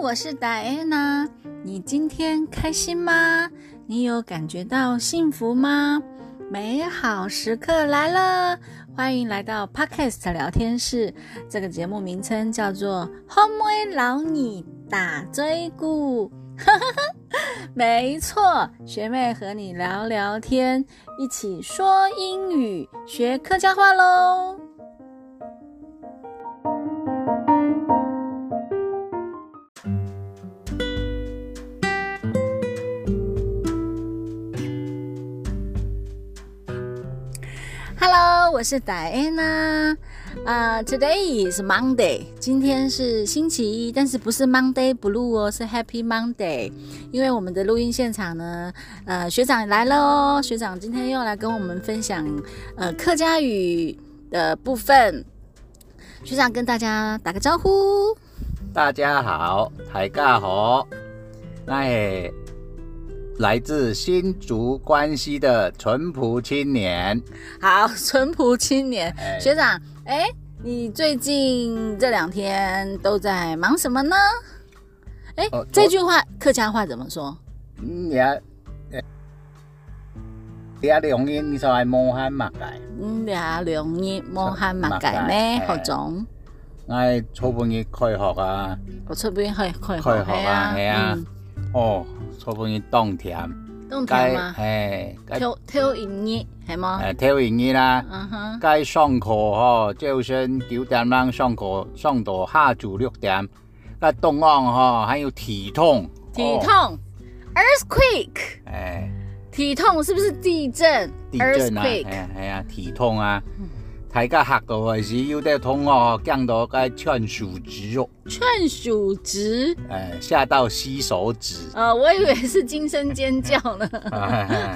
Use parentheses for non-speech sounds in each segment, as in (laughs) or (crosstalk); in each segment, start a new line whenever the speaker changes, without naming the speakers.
我是 Diana。你今天开心吗？你有感觉到幸福吗？美好时刻来了，欢迎来到 Podcast 聊天室。这个节目名称叫做《红妹老你打追鼓》。 (laughs) 没错，学妹和你聊聊天，一起说英语，学客家话喽。Hello，我是 Diana。啊、t o d a y is Monday，今天是星期一，但是不是 Monday Blue 哦，是 Happy Monday。因为我们的录音现场呢，呃，学长来了哦，学长今天又来跟我们分享呃客家语的部分。学长跟大家打个招呼。
大家好，大家好，那也来自新竹关西的淳朴青年，
好，淳朴青年
哎
学长，哎，你最近这两天都在忙什么呢？哎
呃，
这
我
句话客家话怎么说？
嗯也，呃也容易你才摸汉嘛来，
嗯，俩容易摸汉马改
马改
呢，
哎
何总，
我初半夜开学啊，
我出边去去
开学啊，系啊
嗯，，
哦，初半夜当甜，
冬天吗？
嘿，该哎呃
跳跳音乐系吗？
诶跳完嘢啦。
嗯哼，
该上课吼，朝先九點鐘上課，上到下晝六點。那東岸吼還有體痛，
体
哦，
痛，earthquake，
哎、
体痛是不是地震
地震啊，係
？earthquake，
啊係啊，體痛啊
嗯，
大家嚇到開始腰啲痛哦，驚到該串手指哦，
串数值，，
誒、嚇哎到吸手指
(laughs) 呃，我以为是惊声尖叫呢。 (laughs)
哎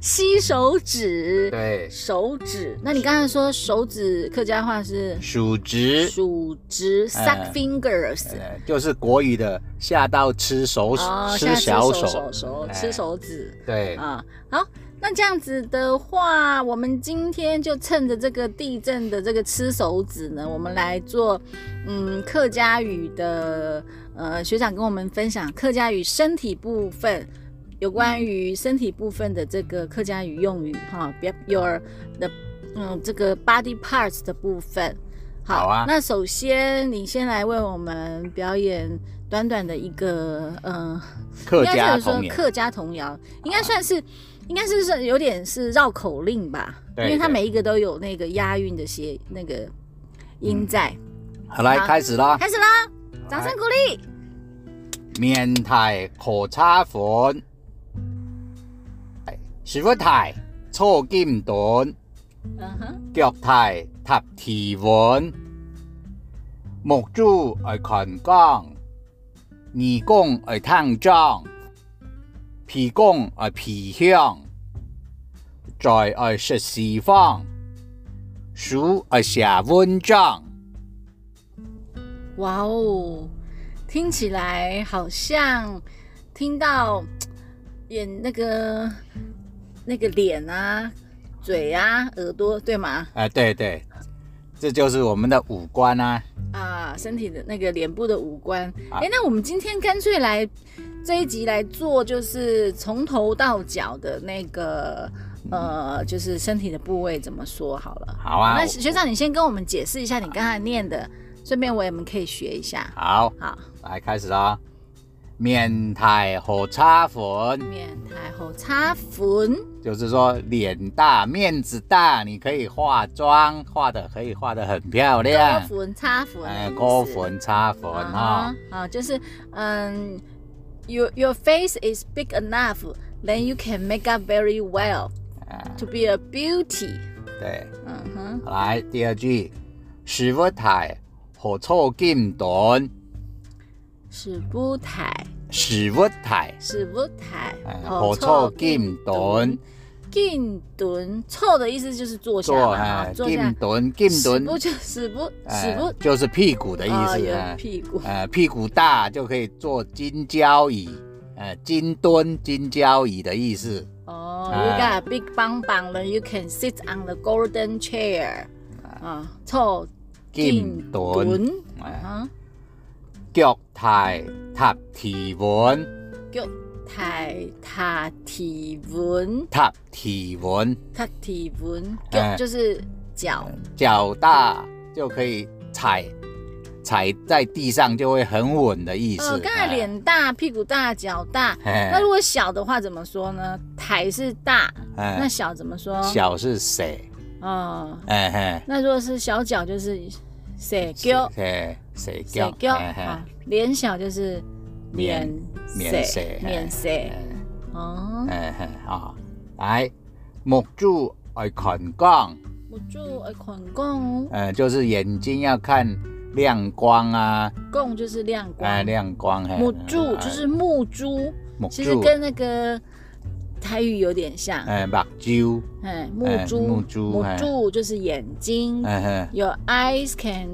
吸手指，
對，
手指。那你刚才说手指客家话是
手指。
数指
哎
（suck fingers）。
呃就是国语的吓到吃手指、
哦，
吃
下次
小
手
手，
手手
哎
吃手指
对，
啊。好，那这样子的话，我们今天就趁着这个地震的这个吃手指呢，我们来做嗯客家语的呃学长跟我们分享客家语身体部分。有关于身体部分的这个客家语用语哈，别 your 的嗯这个 body parts 的部分。
好啊
那首先你先来为我们表演短短的一个呃
客
应该
家
是说
童谣，
客家童谣，应该算是，应该是是有点是绕口令吧，
对
因为它
对
每一个都有那个押韵的些那个
嗯
音在。
好来
好
开始啦。
开始啦，掌声鼓励。
面提可叉款，哎师傅提粗劍短，
嗯哼，
腳提踏蹄碗，木珠愛群光，二公愛湯裝，皮公愛皮香，在愛食四方，鼠愛寫文章。
哇哦，听起来好像听到演那个那个脸啊、嘴啊、耳朵，对吗？
哎、对对，这就是我们的五官啊。
啊，身体的那个脸部的五官。哎、
啊
那我们今天干脆来这一集来做，就是从头到脚的那个
嗯
呃，就是身体的部位怎么说好了。
好啊
那
我
学长，你先跟我们解释一下你刚才念的，顺便我也们可以学一下。
好。
好，
来开始啦！面太火叉粉，
面台后擦粉，
就是说脸大面子大，你可以化妆，化的可以化的很漂
高
亮。
粉擦粉，
哎，高粉叉粉
啊
哈，
哈啊，就是嗯，your your face is big enough。Then you can make up very well
哎
to be a beauty。
对，
嗯哼，
来第二句，师傅太火臭金短，
是舞台，
师傅太
是舞台
哎，
哦
火臭金短，，
劲蹲，臭的意思就是坐下
做
嘛，啊
哎
坐下
金，短金短，
不就死不死
哎
不
就是屁股的意
啊，
思。
有
哎
屁股，
呃，屁股大就可以做金交椅，呃，金蹲、金交椅的意思。
哦
哎
，you got a big bang bang, then you can sit on the golden chair，啊，臭
金蹲，
啊，
腳提踏提碗，
腳提踏體温，
踏提碗，
踏體温，
哎
腳
嗯
就是腳，
腳大就可以踩，踩在地上就會很穩的意思。
呃，刚才脸大、屁股大、脚大。
哎，
那如果小的话怎么说呢？台是大，
哎
那小怎么说？
小是蛇，
哦，
哎嘿，
那如果是小脚就是水脚，
嘿，蛇
水
腳，
脚
哎嘿
啊，脸小就是
免免蛇，
免
哎
水哦。
哎嘿啊，来，目珠愛看光，
我住哎，捆共
呃，就是眼睛要看亮光啊，
共就是亮
哎，
光，
亮哎光，嘿
母猪就是木珠，
目
其实
珠，
跟那个台语有点像。
哎，目珠，
哎，木
哎
珠，
木珠哎
珠就是眼睛。
哎嘿，
Your eyes can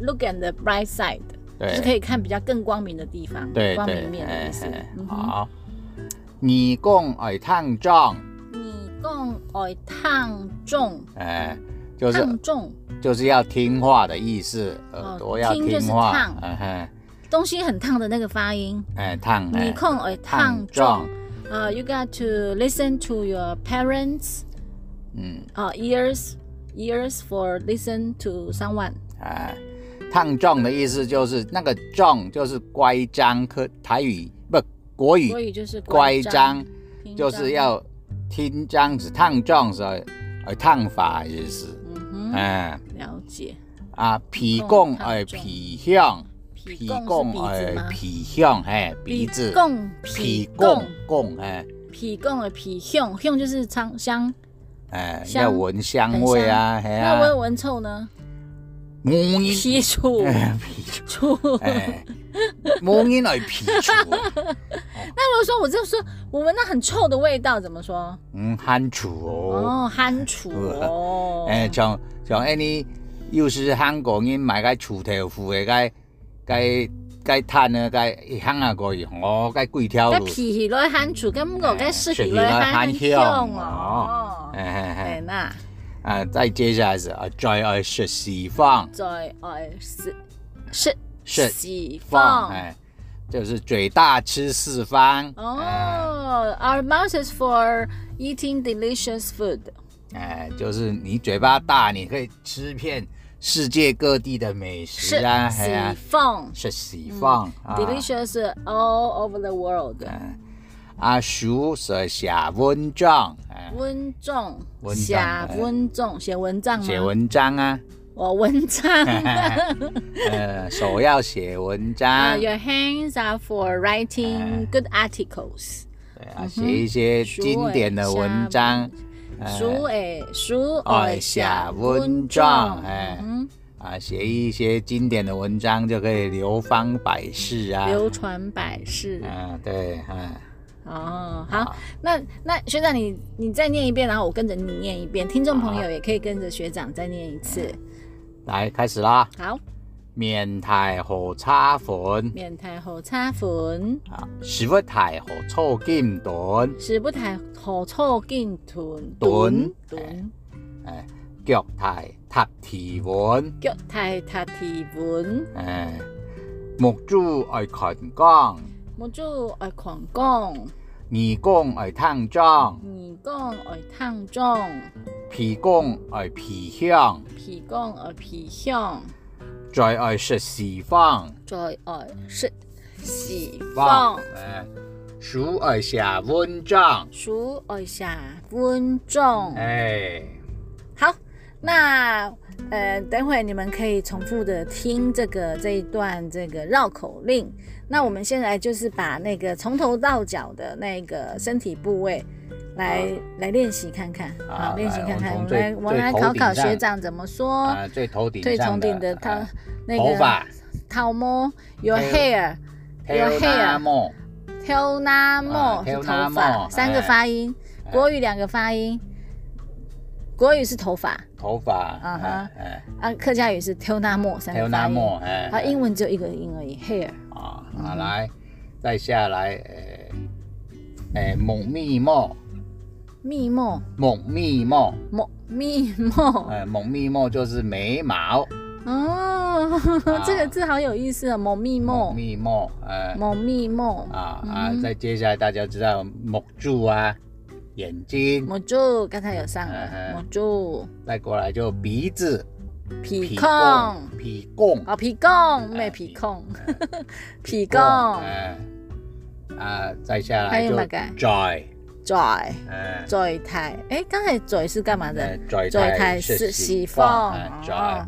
look at the bright side，就
对，
是可以看比较更光明的地方，
对
光
对
明，面的
哎
意思
嘿。
嗯哼
好，你共爱烫妆，
你共爱烫重，
哎，就是
烫重
就是要听话的意思，耳朵要
听就
听
是
话
烫，
哎
东西很烫的那个发音。
嘿，哎烫，
你
哎
共爱烫重，呃，You got to listen to your parents，
嗯，
呃，ears ears for listen to someone。
哎，烫妆的意思就是那个妆就是乖张，可台语不
所
国语
以就是
乖张
听
就是要听这样子烫妆是呃烫法的意思，
嗯哼，
哎
了解。
啊皮
共
共哎
烫妆
皮向，
皮共是鼻子
哎
吗？
皮向哎鼻子，
共
皮
皮
共
共
共哎
皮共的皮香香就是香香，
哎
香
要闻香味啊，嘿
那闻
啊，
闻臭呢？
母
(laughs)
音
皮醋 (laughs)
哎皮醋
醋。
哎，母音来皮醋，哦
那如果说我就说我闻到很臭的味道，怎么说？
(laughs) 嗯喊醋哦。哎
哦，汗楚哦。
诶，像像安尼，有时韩国人买个厝头腐的个个个摊啊个香啊个哦，个几条
那
路，
皮起来汗楚，跟我该湿起来汗香哦。
诶诶
哎
诶，
那
啊，再接下来是啊，再爱食西方，
在爱是是
食
西
方，
方。
诶，哎就是嘴大吃四方，
哦，Our Oh, mouth is for eating delicious food。
诶，哎就是你嘴巴大，你可以吃遍世界各地的美食
是
啊，嘿
西
啊，
凤
食西方啊。
delicious all over the world。
啊，书是写文章，哎
温仲
文章
写
哎
温仲写文章吗？
写文章啊，
我文章。
呃，手要写文章，啊
Uh, (laughs) your hands are for writing good articles。
对啊，写一些经典的文章，
嗯书哎嗯诶，书
爱
爱
写
写
文
文
章
章，，
哎，
嗯，
啊，写一些经典的文章就可以流芳百世啊，
流传百世。
嗯，对，嗯，
哦，好，那那学长你你再念一遍，然后我跟着你念一遍，听众朋友也可以跟着学长再念一次。
来开始啦，
好，
面太河叉粉，
面太好差分。
啊，食物太河臭金蛋，
是不太好臭进屯
屯
屯
哎，脚太踏提碗。
腳太踏提文，
诶，木珠爱群光，
木主愛狂講，
二公爱烫妆，
二講愛燙妝，
皮公爱皮香，
皮講愛皮香，
最爱食四方。
再愛食西
方
方，
诶，鼠爱写文章，
鼠愛食温重。
诶，
好，那呃，等会你们可以重复的听这个这一段这个绕口令。那我们现在就是把那个从头到脚的那个身体部位来、来练习看看，
啊
好，练习
来
看看。我
我们
们
从
来，
最
我们来
最头
考
顶
考
上
学长怎么说。
啊，最头
哦
顶
最头
上
顶的
的
他
啊
那
头
个
发
头毛，your
tail- 啊
hair。your hair
莫，
t e l n a m o
啊
是
tail
头
namo，
发，三个
哎
发音，
哎
国语两个发音，国语是头发，
头发，
啊哈
诶，
啊，客家语是 t e l n a m o 三
黑
个
那
发音。
莫，诶，
它英文只有啊一个音而已，hair。
啊，啊来，再下来，诶，诶，蒙密莫，
密墨
蒙密莫。
墨密墨啊
呃，蒙密莫就是眉毛，
哦， (laughs) 这个字好有意思哦，某密
莫
梦，
密莫，呃
某密梦，
啊啊
嗯，
再接下来大家知道目珠啊，眼睛，
某住刚才有上了，
嗯
某住
再过来就鼻子，
皮控，
孔，鼻孔，
哦皮控，
哎
没皮控，啊皮
鼻
(laughs) 控
哎，啊，再下
还
来
有
就
哪个
嘴，
拽
嗯，
拽台，哎，刚才拽是干嘛的？
嘴
嘴
苔
苔
呃是
啊是
喜
喜
凤，
凤，
啊嘴，
哦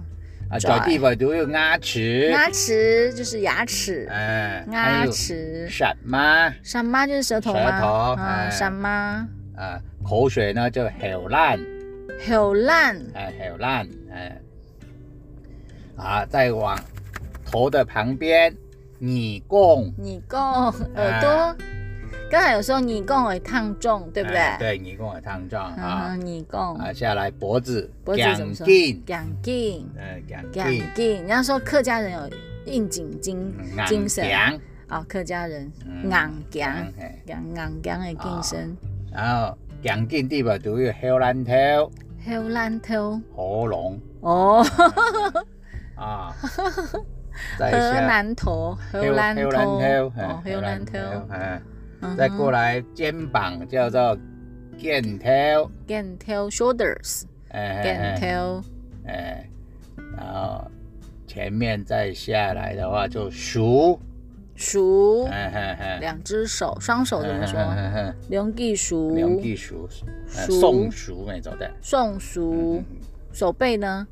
啊，
嘴
嘴地方都有牙齿，
牙齿就是牙齿，啊
哎，还
牙
有
齿，
什么？
闪妈就是舌头
舌头
吗？
哎
啊，闪妈，
啊，口水呢就喉烂，
有烂，
哎，喉烂，哎，啊，再往头的旁边，你共，
你共耳朵，刚才有说你共耳烫中，对不对
哎？对，你共的烫状啊，
嗯，你共
啊，下来脖子，
脖子怎么说
颈？
两劲，
呃，颈
两
颈，
劲。人家说客家人有应景精
嗯硬
精神
颈
哦，客家人
嗯哦
硬
颈
强
哎
硬硬强的精神，
然后颈颈地方都有喉烂头、
好烂头
喉咙
哦， (laughs)
啊，再哎
荷
下
兰头，荷
喉
兰头，
喉啊头，哎
哦，荷兰头，
哎。
嗯哼
再过来肩膀叫做肩头，
，get tail shoulders，get
À, 哎哎
tail
哎，然后前面再下来的话就数，
数，
哎哎哎，
两只手，双
À,
手怎么说？
说？
两只数，
两地数，哎
数
送数那种的，
送数，手背呢？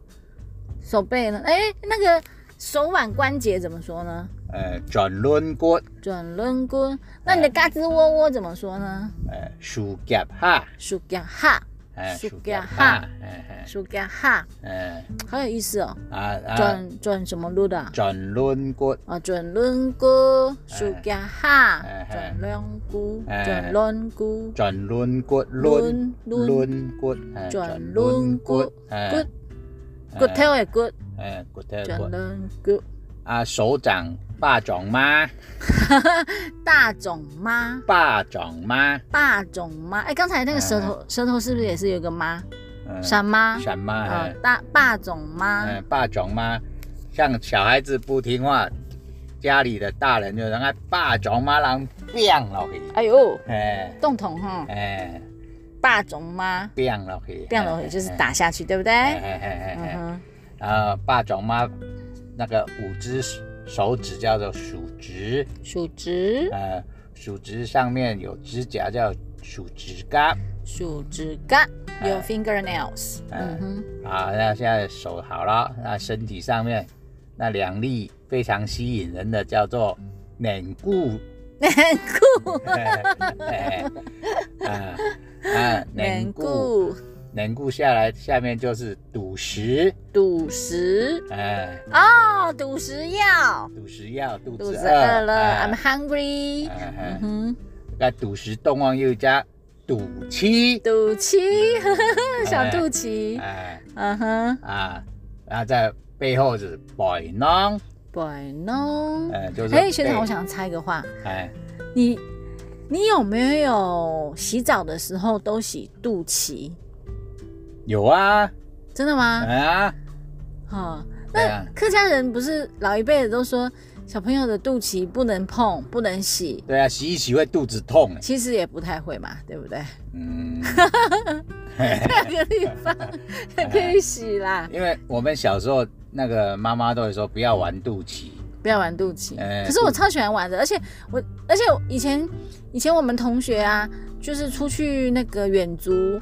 手背呢？哎，那个手腕关节怎么说呢？
呃，转轮骨，
转轮骨。那你的嘎吱窝窝怎么说呢？
呃，数夹哈，
数夹哈，
哎，
数
数
夹
夹
哈
哈，哎
数夹哈，
哎，
好有意思哦。
哎啊啊，
转转什么路的啊？
转轮骨，
啊，转轮骨，
啊
数夹哈
哎，
转轮骨，
哎
转轮骨，
转轮骨，轮
轮
轮骨，哎
转
转
轮
轮
骨
骨，哎
骨骨头的骨，
哎，骨头
转
骨。
轮骨。
啊，手掌霸掌妈，
(laughs) 大种妈，
霸掌妈，
大种妈。哎，刚才那个舌头，舌头是不是也是有个妈？
嗯
什么？
什么？
啊
嗯，
大霸总妈，
嗯，霸掌妈，像小孩子不听话，家里的大人就让他霸掌妈让变落去，
哎呦，
哎
动筒哈，
哎，
霸总妈，
变落去，
这样的就是打下去，对不对？
哎，哎哎哎
嗯
哎，
哼，
然后霸掌妈那个五只手指叫做数指，
数指，
呃，数指上面有指甲叫数指甲。
数指甲，
哎
有 fingernails，嗯哼，
啊，那现在手好了，那身体上面那两粒非常吸引人的叫做脸固，
很酷，
哎啊啊，脸
很
固，
酷，
脸固下来，下面就是赌石，
赌石
哎，
哦，赌石药，
赌石药，肚
肚
子
子饿
饿
了，I'm 啊
哎
hungry，
哎
嗯
哎
哼，
那赌石动望又加赌气，
肚脐， (laughs) 呵呵呵小肚脐，
哎
嗯哼，
啊，然后在背后是摆弄，
摆弄，
哎，就是
哎，学长，
背
我，想插一个话。
哎，
你你有没有洗澡的时候都洗肚脐？
有啊，
真的吗？
啊。
哈、
对啊
那客家人不是老一辈的都说小朋友的肚脐不能碰，不能洗，
对啊，洗一洗会肚子痛欸。
其实也不太会嘛，对不
(laughs)
对？ (laughs)
嗯，
那个地方 (laughs) 可以洗啦，
因为我们小时候那个妈妈都会说不要玩肚脐，
不要玩肚脐。
哎
可是我超喜欢玩的，而且我而且我以前以前我们同学啊，就是出去那个远足。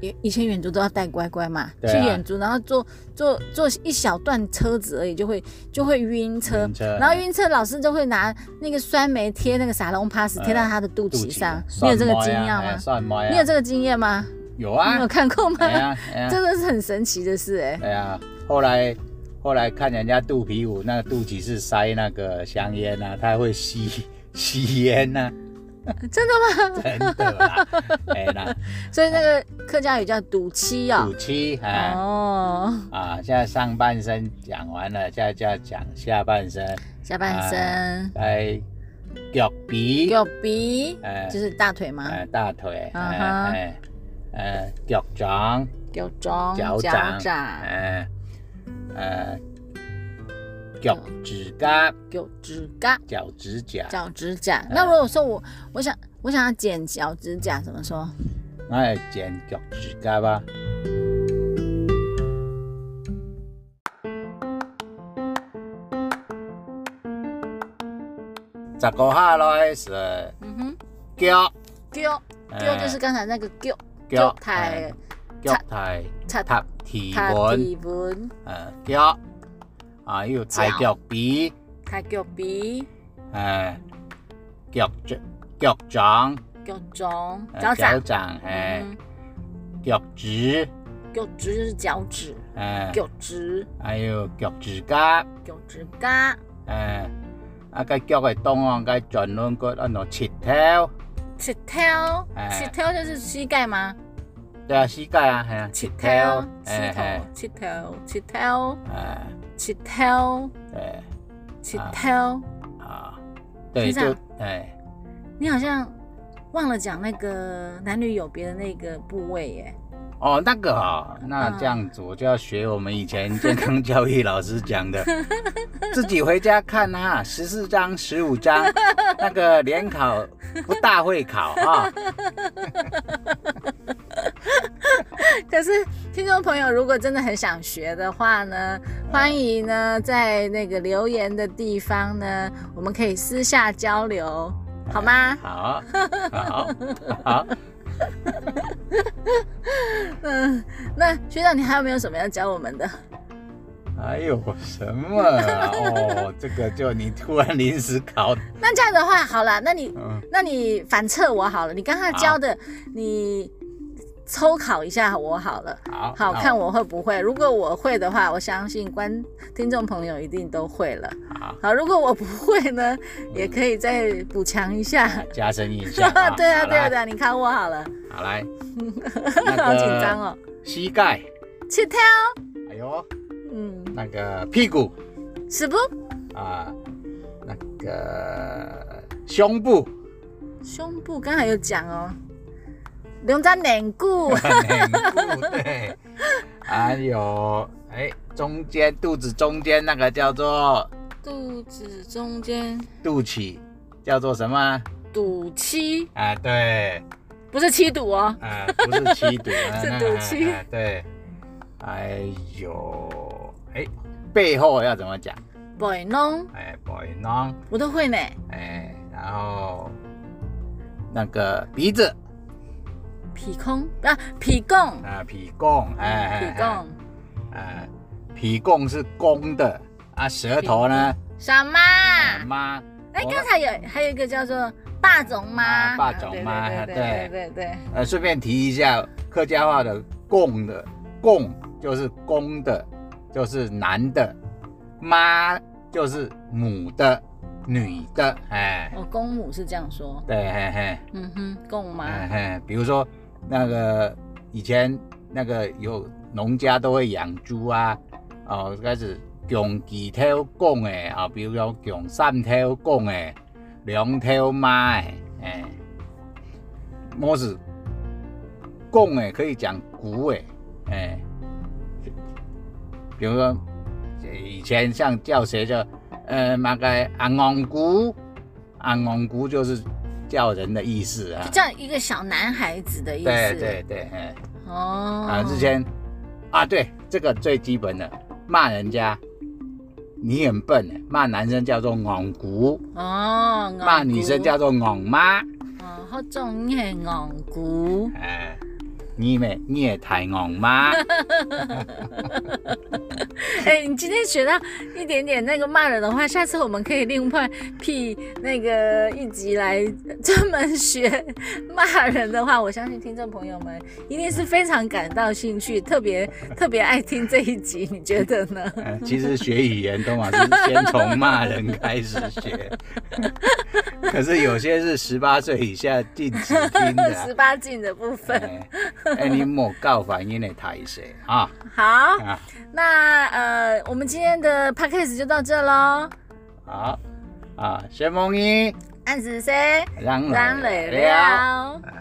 以以前远足都要带乖乖嘛，
对啊
去远足，然后坐坐坐一小段车子而已，就会就会晕车，
晕车
然后晕车老师就会拿那个酸梅贴那个撒隆帕斯贴到他的肚
哎肚
脐
脐
上
啊，
你有这个
蒜
经
末
验
呀
吗
哎？蒜末呀，
你有这个经验吗？你
有
有
啊，
看过吗？
哎呀哎呀
真的是很神奇的事哎，
哎呀，后来后来看人家肚皮舞，那个肚脐是塞那个香烟啊，他会吸 (laughs) 吸烟呐、
真的吗？ (laughs)
真的啦，哎啦，
所以那个客家语叫赌七哦
肚。脐啊。
哦，
啊，现在上半身讲完了，现在就要讲下半身，
下半身，
来脚皮，
右鼻
哎
就是大腿吗？
呃，大腿，
啊
哎
哈
哎，呃，脚掌，
右中
脚
掌
掌，，哎，呃腳趾甲、
有指甲、
腳趾甲，
脚指
哎
甲。那如果说我我想我想要剪脚指甲，怎么说？
我係剪腳趾甲吧。十個下來是
嗯哼，
腳，
丢
哎
丢就是刚才那个丢
腳
太
哎腳太
擦
踏提
太
紋，
皮纹，
誒腳，啊要太腳趾，
太脚鼻
誒腳趾腳掌，
脚掌
誒
脚掌，
腳哎掌，哎
嗯
誒腳趾，
哼，脚趾就是脚趾，
誒
脚趾
還有腳趾甲。
脚趾甲
誒，啊個腳係當按個盡量個按落切條，
膝头
哎
膝头就是膝盖吗？
就係膝蓋啊，係啊，切條，
膝
誒
头膝头膝头
誒
膝头
誒
膝头。
啊，對
先
就
生
誒
你好像忘了讲那个男女有别的那个部位耶。 (laughs)
哦那個啊，那
嗯
這樣子我就要學我們以前健康教育老師
(laughs)
講的，自己回家看啊，十四章、十五
(laughs)
章，那個聯考不大會考啊，
可是听众朋友如果真的很想学的话呢，欢迎呢在那个留言的地方呢，我们可以私下交流，好吗？
好，好，好。
嗯，那学长你还有没有什么要教我们的？ (laughs)
哎呦，什么啊？
(laughs)
哦，这个就你突然临时考，
那这样的话好了，那你
嗯，
那你反测我好了，你刚才教的你抽考一下我好了。
好，
好
那
看我会不会？如果我会的话，我相信观听众朋友一定都会了。
好，
好，如果我不会呢，也可以再补强一下。
加深印
对 (laughs)
象。
嗯啊，对啊，
好
对
来
啊，对啊，你考我好了，
好来，
(laughs) 好紧张
哦。
哦。
膝盖，
去跳，
哎呦，
嗯，
那个屁股
是不？
啊、那个胸部，，
胸部刚才有讲哦，两张脸骨 (laughs)
内部对，还有哎，中间肚子中间那个叫做
肚子中间
肚脐，叫做什么？
肚脐，
啊，对。
不是七肚哦，
啊，不是七堵，啊
是
那
堵七
啊啊对，哎呦，哎，背后要怎么讲？
背弄，
哎，背囊，
我都会呢。
哎，然后那个鼻子
屁空啊，屁供，
啊，鼻拱，哎，
屁
哎，
供，
哎哎，鼻拱是弓的啊，舌头呢？
什么？
哎妈，
哎，
我
刚才有还有一个叫做霸总妈，
啊霸总妈
啊对对对对对对，
呃，顺便提一下客家话的“供”的“供”就是公的，就是男的；妈就是母的、女的。哎，
我哦公母是这样说，
对，嘿嘿，
嗯哼，公妈，
哎嘿，比如说那个以前那个有农家都会养猪啊，哦，开始供几条公的啊，比啊如讲供三条公的，两条妈的，哎，么是公的可以讲古的，哎，比如说以前像叫谁叫呃那个阿昂古，阿昂古啊就是叫人的意思啊
就。叫一个小男孩子的意思，
对对对，哎，
哦，
啊，之前啊，对，这个最基本的，骂人家你很笨，骂男生叫做“戆姑”，
哦，昂
骂女生
古，
叫做“戆妈
哦，好重你系昂古”，，
哎，你也你也太戆妈，
(laughs) 哎，你今天学到一点点那个骂人的话，下次我们可以另外辟 (laughs) 那个一集来专门学骂人的话，我相信听众朋友们一定是非常感到兴趣，特别特别爱听这一集，你觉得呢？
哎其实学语言都嘛是先从骂人开始
(laughs)
学，可是有些是十八岁以下禁止听的
(laughs) (laughs) 十
啊。
八禁的部分，
哎，哎你莫告反应的太谁啊
好，
啊！
那呃，我们今天的 podcast 就到这喽。
好啊，谢梦一。
按子 C，
人
咱
来
累
了。
了。
哎